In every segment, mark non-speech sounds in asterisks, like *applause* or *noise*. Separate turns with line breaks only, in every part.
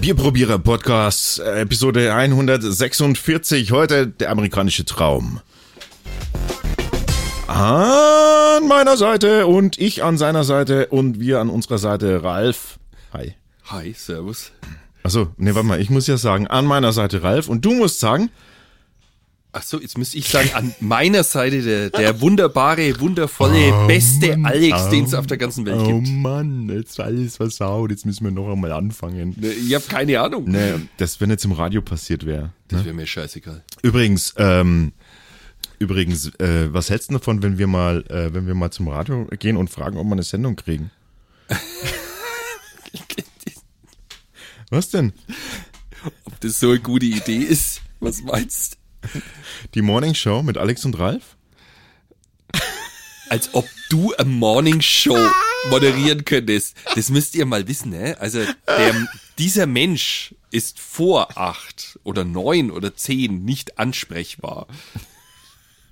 Bierprobierer Podcast, äh, Episode 146. Heute der amerikanische Traum. An meiner Seite und ich an seiner Seite und wir an unserer Seite Ralf. Hi.
Hi, Servus.
Achso, nee, warte mal, ich muss ja sagen, an meiner Seite Ralf und du musst sagen,
Ach so, jetzt müsste ich sagen, an meiner Seite der, der wunderbare, wundervolle, beste Alex, den es auf der ganzen Welt
oh
gibt.
Mann, jetzt ist alles versaut, jetzt müssen wir noch einmal anfangen.
Ne, Ich habe keine Ahnung.
Nee, das, wenn jetzt im Radio passiert wäre.
Das wäre mir scheißegal.
Übrigens, ähm, übrigens, äh, was hältst du davon, wenn wir mal, äh, wenn wir mal zum Radio gehen und fragen, ob wir eine Sendung kriegen? Was denn?
Ob das so eine gute Idee ist, was meinst
Die Morning Show mit Alex und Ralf?
Als ob du eine Morning Show moderieren könntest. Das müsst ihr mal wissen, ne? Also, der, dieser Mensch ist vor acht oder neun oder zehn nicht ansprechbar.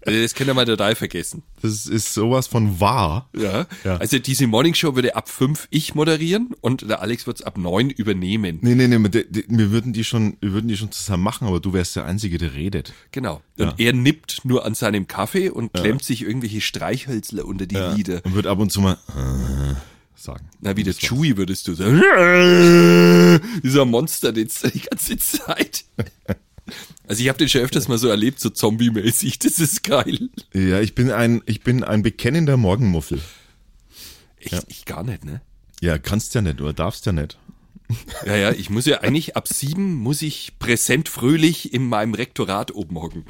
Also, Das könnt ihr mal total vergessen.
Das ist sowas von wahr.
Ja.
Ja.
Also diese Morning Show würde ab fünf ich moderieren und der Alex wird's ab neun übernehmen.
Nee, nee, nee, mit der- die- wir würden die schon, wir würden die schon zusammen machen, aber du wärst der Einzige, der redet.
Genau. Und er nippt nur an seinem Kaffee und klemmt sich irgendwelche Streichhölzler unter die Lieder.
Und wird ab und zu mal äh, sagen.
Na, wie der Chewie würdest du sagen. Dieser Monster den die ganze Zeit. Also ich habe den schon öfters mal so erlebt, so zombie-mäßig. Das ist geil.
Ja, ich bin ein, ich bin ein bekennender Morgenmuffel.
Ich, ich gar nicht, ne?
Ja, kannst ja nicht oder darfst ja nicht.
Ja, ja, ich muss ja eigentlich ab sieben muss ich präsent fröhlich in meinem Rektorat oben hocken.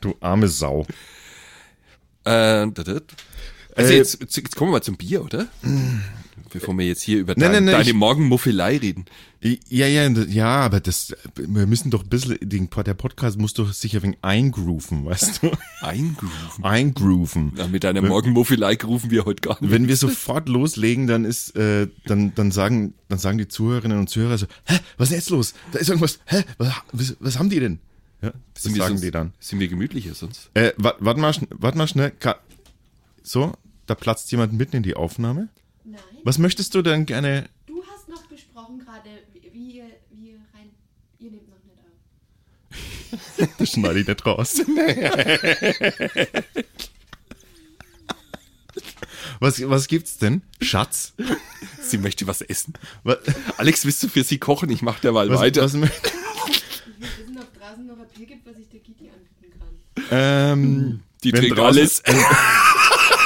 Du arme Sau.
Äh, da, da. Also
Äh,
jetzt, jetzt, jetzt kommen wir mal zum Bier, oder? Bevor wir jetzt hier über
Nein,
dein,
nein, nein,
deine
ich-
Morgenmuffelei reden.
Ja, ja, d- ja, aber das, wir müssen doch ein bisschen, den, der Podcast muss doch sicher wegen eingrooven, weißt *laughs* du?
Eingerufen.
Eingrooven.
Na, mit deiner Morgenmuffelei rufen wir heute gar nicht.
Wenn wir sofort loslegen, dann ist, äh, dann, dann sagen, dann sagen die Zuhörerinnen und Zuhörer so, hä, was ist denn jetzt los? Da ist irgendwas, hä, was, was, was haben die denn? Ja, das
wir
sagen
sonst,
die dann.
Sind wir gemütlicher sonst?
Äh, warte mal, schn- wart mal schnell. Ka so, da platzt jemand mitten in die Aufnahme.
Nein,
Was möchtest du denn gerne?
du hast noch besprochen gerade, wie wie ihr, wie ihr rein. Ihr nehmt noch nicht auf.
Das schneide ich nicht raus.
*laughs*
was, was gibt's denn? Schatz?
Sie möchte was essen.
Was,
Alex, willst du für sie kochen? Ich mach derweil
was,
weiter.
Was, mö-
Ich will wissen, ob draußen noch ein Bier gibt, was ich der Kitty anbieten kann.
*laughs* ähm,
die
wenn
trinkt
draußen-
alles. *laughs*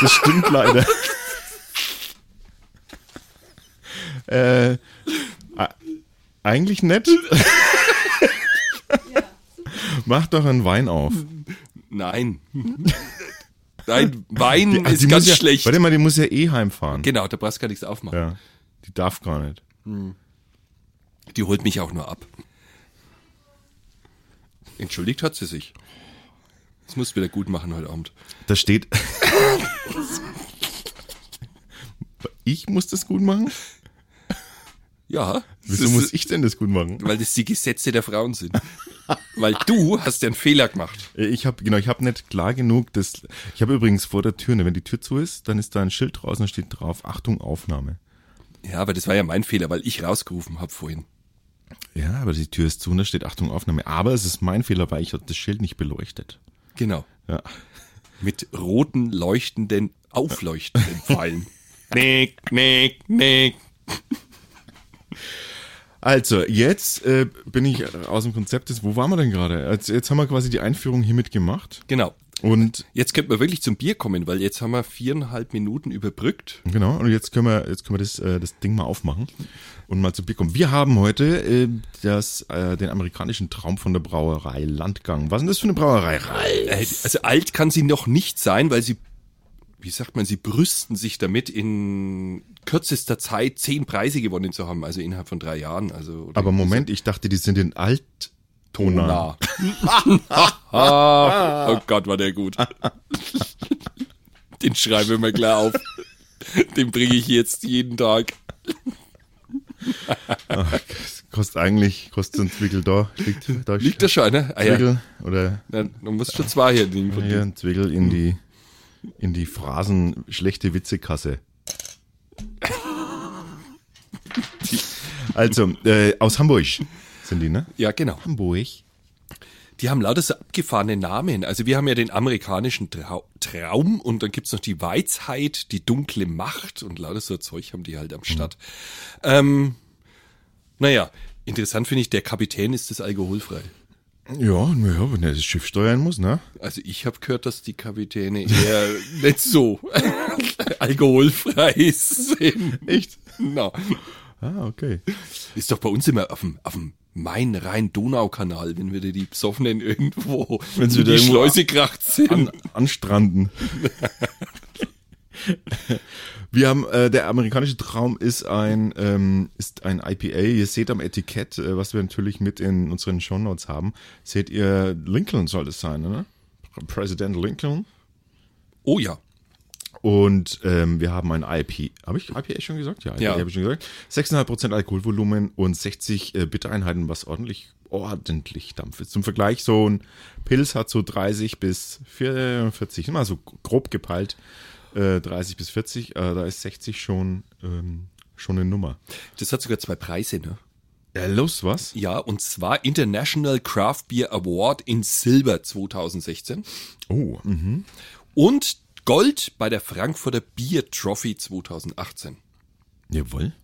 Das stimmt leider. *laughs* äh, a- eigentlich nett. Mach doch einen Wein auf.
Nein. Nein, Wein
Die- Ah, die
ist
muss
ganz
ja,
schlecht.
Warte mal, die muss ja eh heimfahren.
Genau, da brauchst du gar nichts aufmachen.
Ja, die darf gar nicht.
Die holt mich auch nur ab. Entschuldigt hat sie sich. Das muss wieder gut machen heute Abend.
Da
*laughs*
steht. ich muss das gut machen?
Ja.
Wieso
das-
muss ich denn das gut machen?
*laughs* Weil das die Gesetze der Frauen sind. Weil du hast ja einen Fehler gemacht.
Äh, Ich habe genau, ich habe nicht klar genug, das ich habe übrigens vor der Tür, ne, wenn die Tür zu ist, dann ist da ein Schild draußen, da steht drauf Achtung Aufnahme.
Ja, aber das war ja mein Fehler, weil ich rausgerufen habe vorhin.
Ja, aber die Tür ist zu und da steht Achtung Aufnahme, aber es ist mein Fehler, weil ich hab das Schild nicht beleuchtet.
Genau.
Ja.
Mit roten, leuchtenden, *laughs* aufleuchtenden Pfeilen. nick, nick, nick.
Also, jetzt äh, bin ich aus dem Konzept des, wo waren wir denn gerade? Jetzt, jetzt haben wir quasi die Einführung hiermit gemacht
Genau.
und
Jetzt könnten wir wirklich zum Bier kommen, weil jetzt haben wir viereinhalb Minuten überbrückt.
Genau, und jetzt können wir, jetzt können wir das, äh, das Ding mal aufmachen und mal zu Bier kommen. Wir haben heute äh, das, äh, den amerikanischen Traum von der Brauerei Landgang. Was ist denn das für eine Brauerei? Ralf?
Äh, Also alt kann sie noch nicht sein, weil sie, wie sagt man, sie brüsten sich damit, in kürzester Zeit zehn Preise gewonnen zu haben, also innerhalb von drei Jahren. Also, oder
Aber Moment, ich dachte, die sind in Altona.
Na. Ah, *laughs* oh Gott, war der gut. Den schreibe ich mir gleich auf. Den bringe ich jetzt jeden Tag.
*laughs* Kostet eigentlich, kostet ein Zwickel da. Liegt, da
Liegt der schon, ne? Ah, ja.
Zwickel oder
Na, Du musst schon zwei hier nehmen von
hier
dir.
ein Zwickel in die, in die
*laughs*
Phrasen schlechte Witzekasse. Also, äh, aus Hamburg sind die, ne?
Ja, genau.
Hamburg.
Die haben lauter so abgefahrene Namen. Also wir haben ja den amerikanischen Trau Traum und dann gibt's noch die Weisheit, die dunkle Macht und lauter so Zeug haben die halt am Start. Ähm, naja, interessant finde ich, der Kapitän ist das alkoholfrei.
Ja, naja, wenn er das Schiff steuern muss, ne?
Also ich habe gehört, dass die Kapitäne eher *laughs* nicht so alkoholfrei sind.
Echt?
Na,
Ah, okay.
ist doch bei uns immer auf dem, auf dem Main-Rhein-Donau-Kanal, wenn wir da die Besoffenen irgendwo
Wenn sie
in
da
die
irgendwo
Schleuse kracht sind.
An, anstranden. *laughs* Wir haben, äh, der amerikanische Traum ist ein, ähm, ist ein IPA. Ihr seht am Etikett, äh, was wir natürlich mit in unseren Shownotes haben, seht ihr, Lincoln soll es sein, ne? Präsident Lincoln.
oh ja.
Und ähm, wir haben ein IP. Habe ich IPA schon gesagt? Ja, IPA
Ja.
habe ich schon gesagt. 6,5% Alkoholvolumen und 60 äh, Bittereinheiten, was ordentlich, ordentlich Dampf ist. Zum Vergleich, so ein Pilz hat so 30 bis 44, immer so grob gepeilt, äh, 30 bis 40. Äh, da ist 60 schon, ähm, schon eine Nummer.
Das hat sogar zwei Preise, ne?
Äh, los, was?
Ja, und zwar International Craft Beer Award in Silber 2016
Oh, mhm.
und Gold bei der Frankfurter Beer Trophy 2018.
jawohl.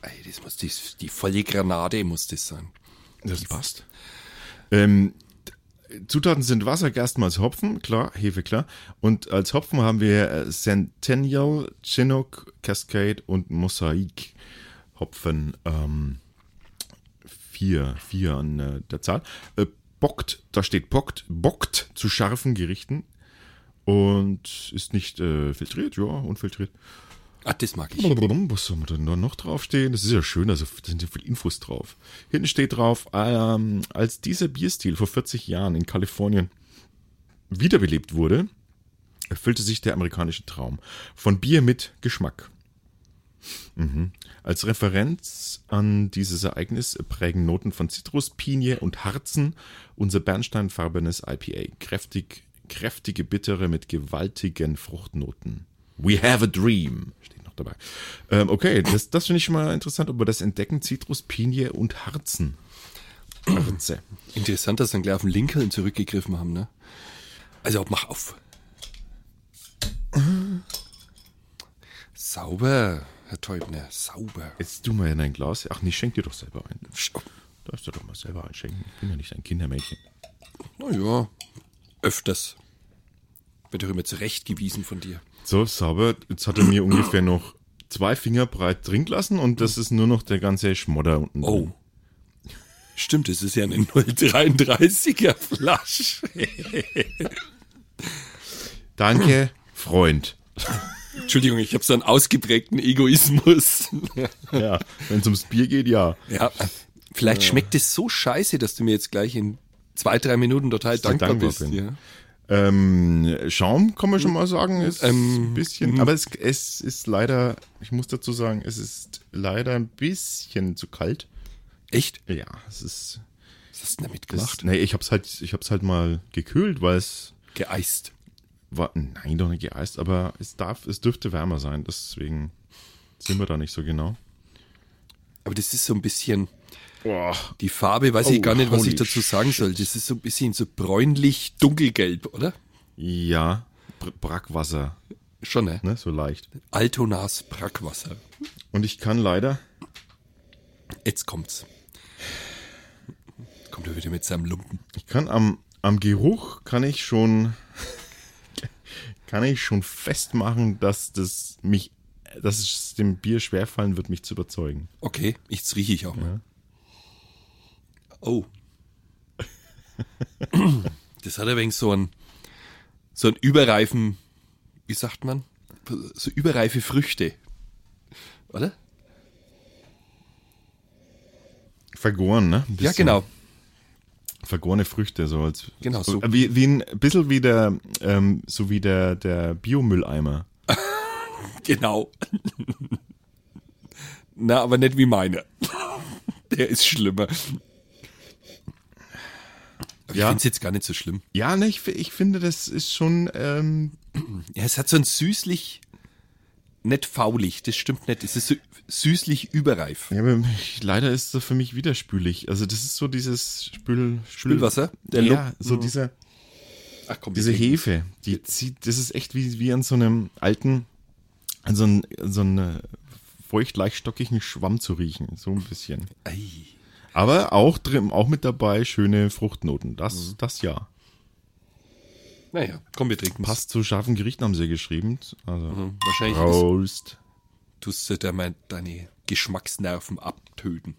Ey, das muss die, die volle Granate muss das sein.
Das passt. Ähm, Zutaten sind Wasser, Gerstenmalz, Hopfen, klar, Hefe, klar. Und als Hopfen haben wir äh, Centennial, Chinook, Cascade und Mosaik Hopfen. Ähm, vier, vier an äh, der Zahl. Äh, bockt, da steht bockt, bockt zu scharfen Gerichten. Und ist nicht äh, filtriert, ja, unfiltriert.
Ah, das mag ich.
Blablabla, Was soll man denn da noch draufstehen? Das ist ja schön, also da sind ja viele Infos drauf. Hinten steht drauf, ähm, als dieser Bierstil vor 40 Jahren in Kalifornien wiederbelebt wurde, erfüllte sich der amerikanische Traum von Bier mit Geschmack. Mhm. Als Referenz an dieses Ereignis prägen Noten von Zitrus, Pinie und Harzen unser bernsteinfarbenes IPA. Kräftig, kräftige Bittere mit gewaltigen Fruchtnoten. We have a dream. Steht noch dabei. Ähm, okay, das, das finde ich schon mal interessant, ob wir das entdecken. Zitrus, Pinie und Harzen. Harze.
Interessant, dass sie dann gleich auf den Lincoln zurückgegriffen haben, ne? Also, mach auf. Sauber, Herr Teubner, sauber.
Jetzt tu mal in dein Glas. Ach nee, schenk dir doch selber ein.
Sch-
Darfst du doch mal selber einschenken. Ich bin ja nicht ein Kindermädchen.
Naja, öfters. Wird doch immer zurechtgewiesen von dir.
So, sauber. Jetzt hat er mir ungefähr noch zwei Finger breit drin gelassen und das ist nur noch der ganze Schmodder unten.
Oh.
drin.
Stimmt, es ist ja eine *laughs* 033er Flasche.
Danke, Freund.
Entschuldigung, ich habe so einen ausgeprägten Egoismus. *laughs*
Ja, wenn es ums Bier geht, ja.
ja. Vielleicht schmeckt es so scheiße, dass du mir jetzt gleich in zwei, drei Minuten total
dir
dankbar,
dankbar
bist.
bin.
Ja.
Ähm, Schaum kann man schon mal sagen, ist
Ähm,
ein bisschen, aber es, es ist leider, ich muss dazu sagen, es ist leider ein bisschen zu kalt.
Echt?
Ja, es ist.
Was hast du denn damit
Das,
gemacht?
Nee, ich hab's halt, ich hab's halt mal gekühlt, weil es
Geeist.
war, nein, doch nicht geeist, aber es darf, es dürfte wärmer sein, deswegen sind wir da nicht so genau.
Aber das ist so ein bisschen,
Boah,
die Farbe weiß ich
Oh,
gar nicht, was ich
holy
dazu sagen soll. Das ist so ein bisschen so bräunlich dunkelgelb, oder?
Ja, Br Brackwasser,
Schon, ne?
ne, so leicht.
Altonas Brackwasser.
Und ich kann leider,
Jetzt kommt's. Kommt er wieder mit seinem Lumpen.
ich kann am, am Geruch kann ich schon, *laughs* kann ich schon festmachen, dass das mich, dass es dem Bier schwerfallen wird, mich zu überzeugen.
Okay, jetzt rieche ich auch mal. Oh. *laughs* Das hat ein wenig so einen, so einen überreifen, wie sagt man? So überreife Früchte. Oder?
Vergoren, ne? Ein
Ja,
bisschen.
genau.
Vergorene Früchte, so als,
Genau,
so.
so.
Wie, wie ein, ein bisschen wie der, ähm, so wie der, der Biomülleimer.
Genau. Na, aber nicht wie meine. Der ist schlimmer. Aber Ich
Ja.
finde es jetzt gar nicht so schlimm.
Ja, ne, ich, fi- ich finde, das ist schon, ähm,
Ja, es hat so einen süßlich nicht faulig, das stimmt nicht. Es ist so süßlich überreif.
Ja, aber ich- leider ist das für mich wieder spülig. Also das ist so dieses Spül, Spül-
Spülwasser?
Der
Ja.
Look, Mhm. so dieser,
Ach komm,
diese
wir trinken.
Hefe, die zieht, das ist echt wie, wie an so einem alten, an so einem, an so einem feucht leichtstockigen Schwamm zu riechen, so ein bisschen.
Ei.
Aber auch drin, auch mit dabei schöne Fruchtnoten. Das, das ja.
Naja, komm, wir trinken.
Passt zu scharfen Gerichten, haben sie ja geschrieben. Also
Wahrscheinlich ist,
Roast.
tust du da mal deine Geschmacksnerven abtöten.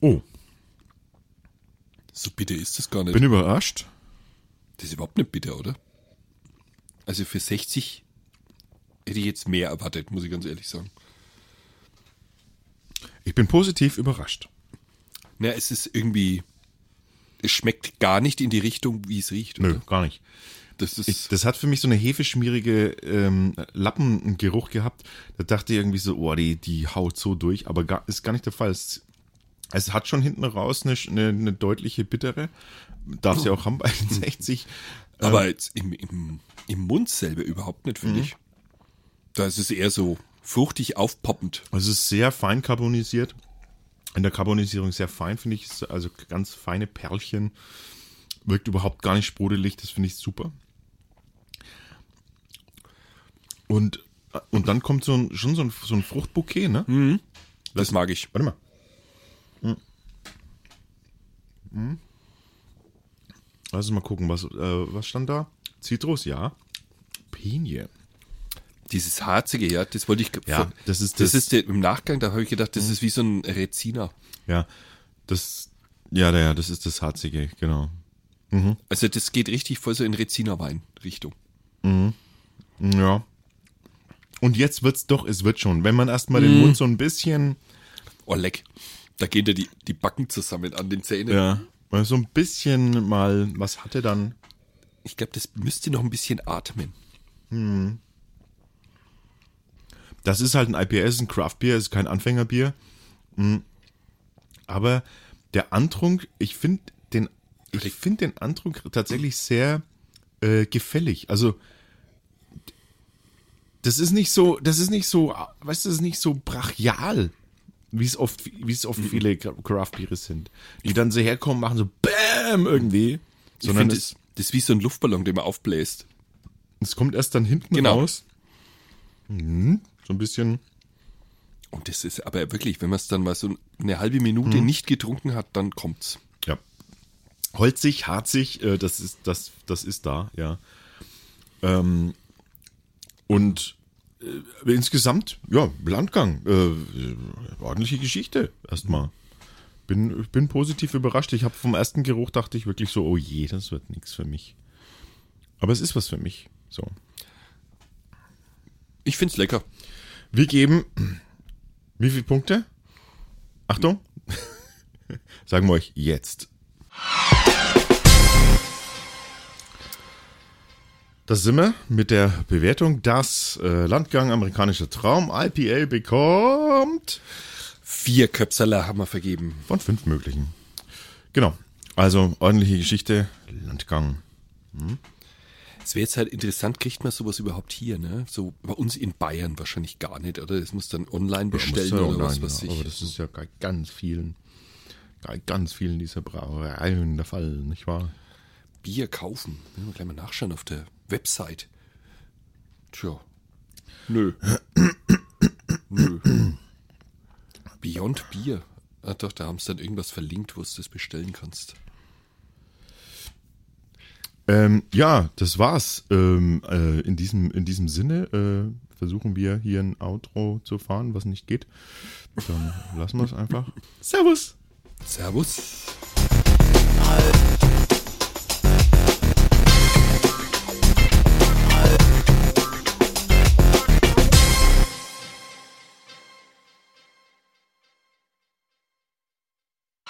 Oh,
So bitter ist das gar nicht.
bin überrascht.
das ist überhaupt nicht bitter, oder? Also für 60 hätte ich jetzt mehr erwartet, muss ich ganz ehrlich sagen.
Ich bin positiv überrascht.
Na, es ist irgendwie. Es schmeckt gar nicht in die Richtung, wie es riecht.
Nö,
Oder?
gar nicht.
Das ist.
Ich, das hat für mich so eine hefeschmierige ähm, Lappengeruch gehabt. Da dachte ich irgendwie so, oh, die, die haut so durch, aber gar, ist gar nicht der Fall. Es, es hat schon hinten raus eine, sch- eine, eine deutliche bittere. Darf sie auch haben bei 60. ähm,
aber jetzt im, im, im Mund selber überhaupt nicht,
Mhm.
finde ich. Da ist es eher so fruchtig aufpoppend.
Es ist sehr fein carbonisiert. In der Carbonisierung sehr fein, finde ich. Es ist Also ganz feine Perlchen. Wirkt überhaupt gar nicht sprudelig. Das finde ich super. Und, äh, und dann kommt so ein, schon so ein, so ein Fruchtbouquet, ne?
Das mag ich.
Warte mal. Hm? Lass uns mal gucken, was, äh, was stand da? Zitrus, ja. Pinie.
Dieses harzige, ja, das wollte ich.
Ja, das ist das-
das,
Mhm.
ist der, im Nachgang, da habe ich gedacht, das ist wie so ein Reziner.
Ja, das, ja, ja, das ist das Harzige, genau.
Also das geht richtig voll so in Rezinerwein-Richtung.
Ja. Und jetzt wird's doch, es wird schon. Wenn man erstmal den Mund so ein bisschen,
Oh, leck. Da gehen dir die, die Backen zusammen an den Zähnen.
ja, wenn man äh, so ein bisschen mal was hatte, dann.
Ich glaube, das müsste noch ein bisschen atmen.
Das ist halt ein IPS, ein Craft Beer, ist kein Anfängerbier. Mm. Aber der Antrunk, ich finde den, ich finde den Antrunk tatsächlich sehr äh, gefällig. Also das ist nicht so, das ist nicht so, weißt du, das ist nicht so brachial, wie es oft, wie es
Mhm.
oft viele Craft Beere sind, die dann so herkommen, machen so Bäm irgendwie,
Ich
sondern
find,
es,
das, das ist wie so ein Luftballon, den man aufbläst.
es kommt erst dann hinten
Genau.
raus. Mhm. So ein bisschen.
Und das ist aber wirklich, wenn man es dann mal so eine halbe Minute
Mhm.
nicht getrunken hat, dann kommt's.
Ja. Holzig, harzig, äh, das ist, das, das ist da, ja. Ähm, und äh, insgesamt, ja, Landgang, äh, ordentliche Geschichte erstmal. Bin, ich bin positiv überrascht. Ich habe vom ersten Geruch dachte ich wirklich so, oh je, das wird nichts für mich. Aber es ist was für mich. So.
Ich find's lecker.
Wir geben wie viele Punkte? Achtung. *laughs* Sagen wir euch jetzt. Da sind wir mit der Bewertung, dass äh, Landgang amerikanischer Traum IPA bekommt
Vier Köpseler haben wir vergeben.
von fünf möglichen. Genau. Also ordentliche Geschichte, Landgang.
Es wäre jetzt halt interessant, kriegt man sowas überhaupt hier, ne? So bei uns in Bayern wahrscheinlich gar nicht, oder? Das muss dann online bestellen
Muss ja
oder was,
online,
was
ja.
ich.
Aber das ist ja bei ganz vielen, bei ganz vielen dieser Brauereien der Fall, nicht wahr?
Bier kaufen. Müssen wir gleich mal nachschauen auf der Website. Tja. Nö. *coughs* Nö. Beyond Bier. Ah, doch, da haben sie dann irgendwas verlinkt, wo du das bestellen kannst.
Ähm, ja, das war's. Ähm, äh, in, diesem, in diesem Sinne äh, versuchen wir hier ein Outro zu fahren, was nicht geht. Dann lassen wir es einfach. Servus!
Servus.
Al-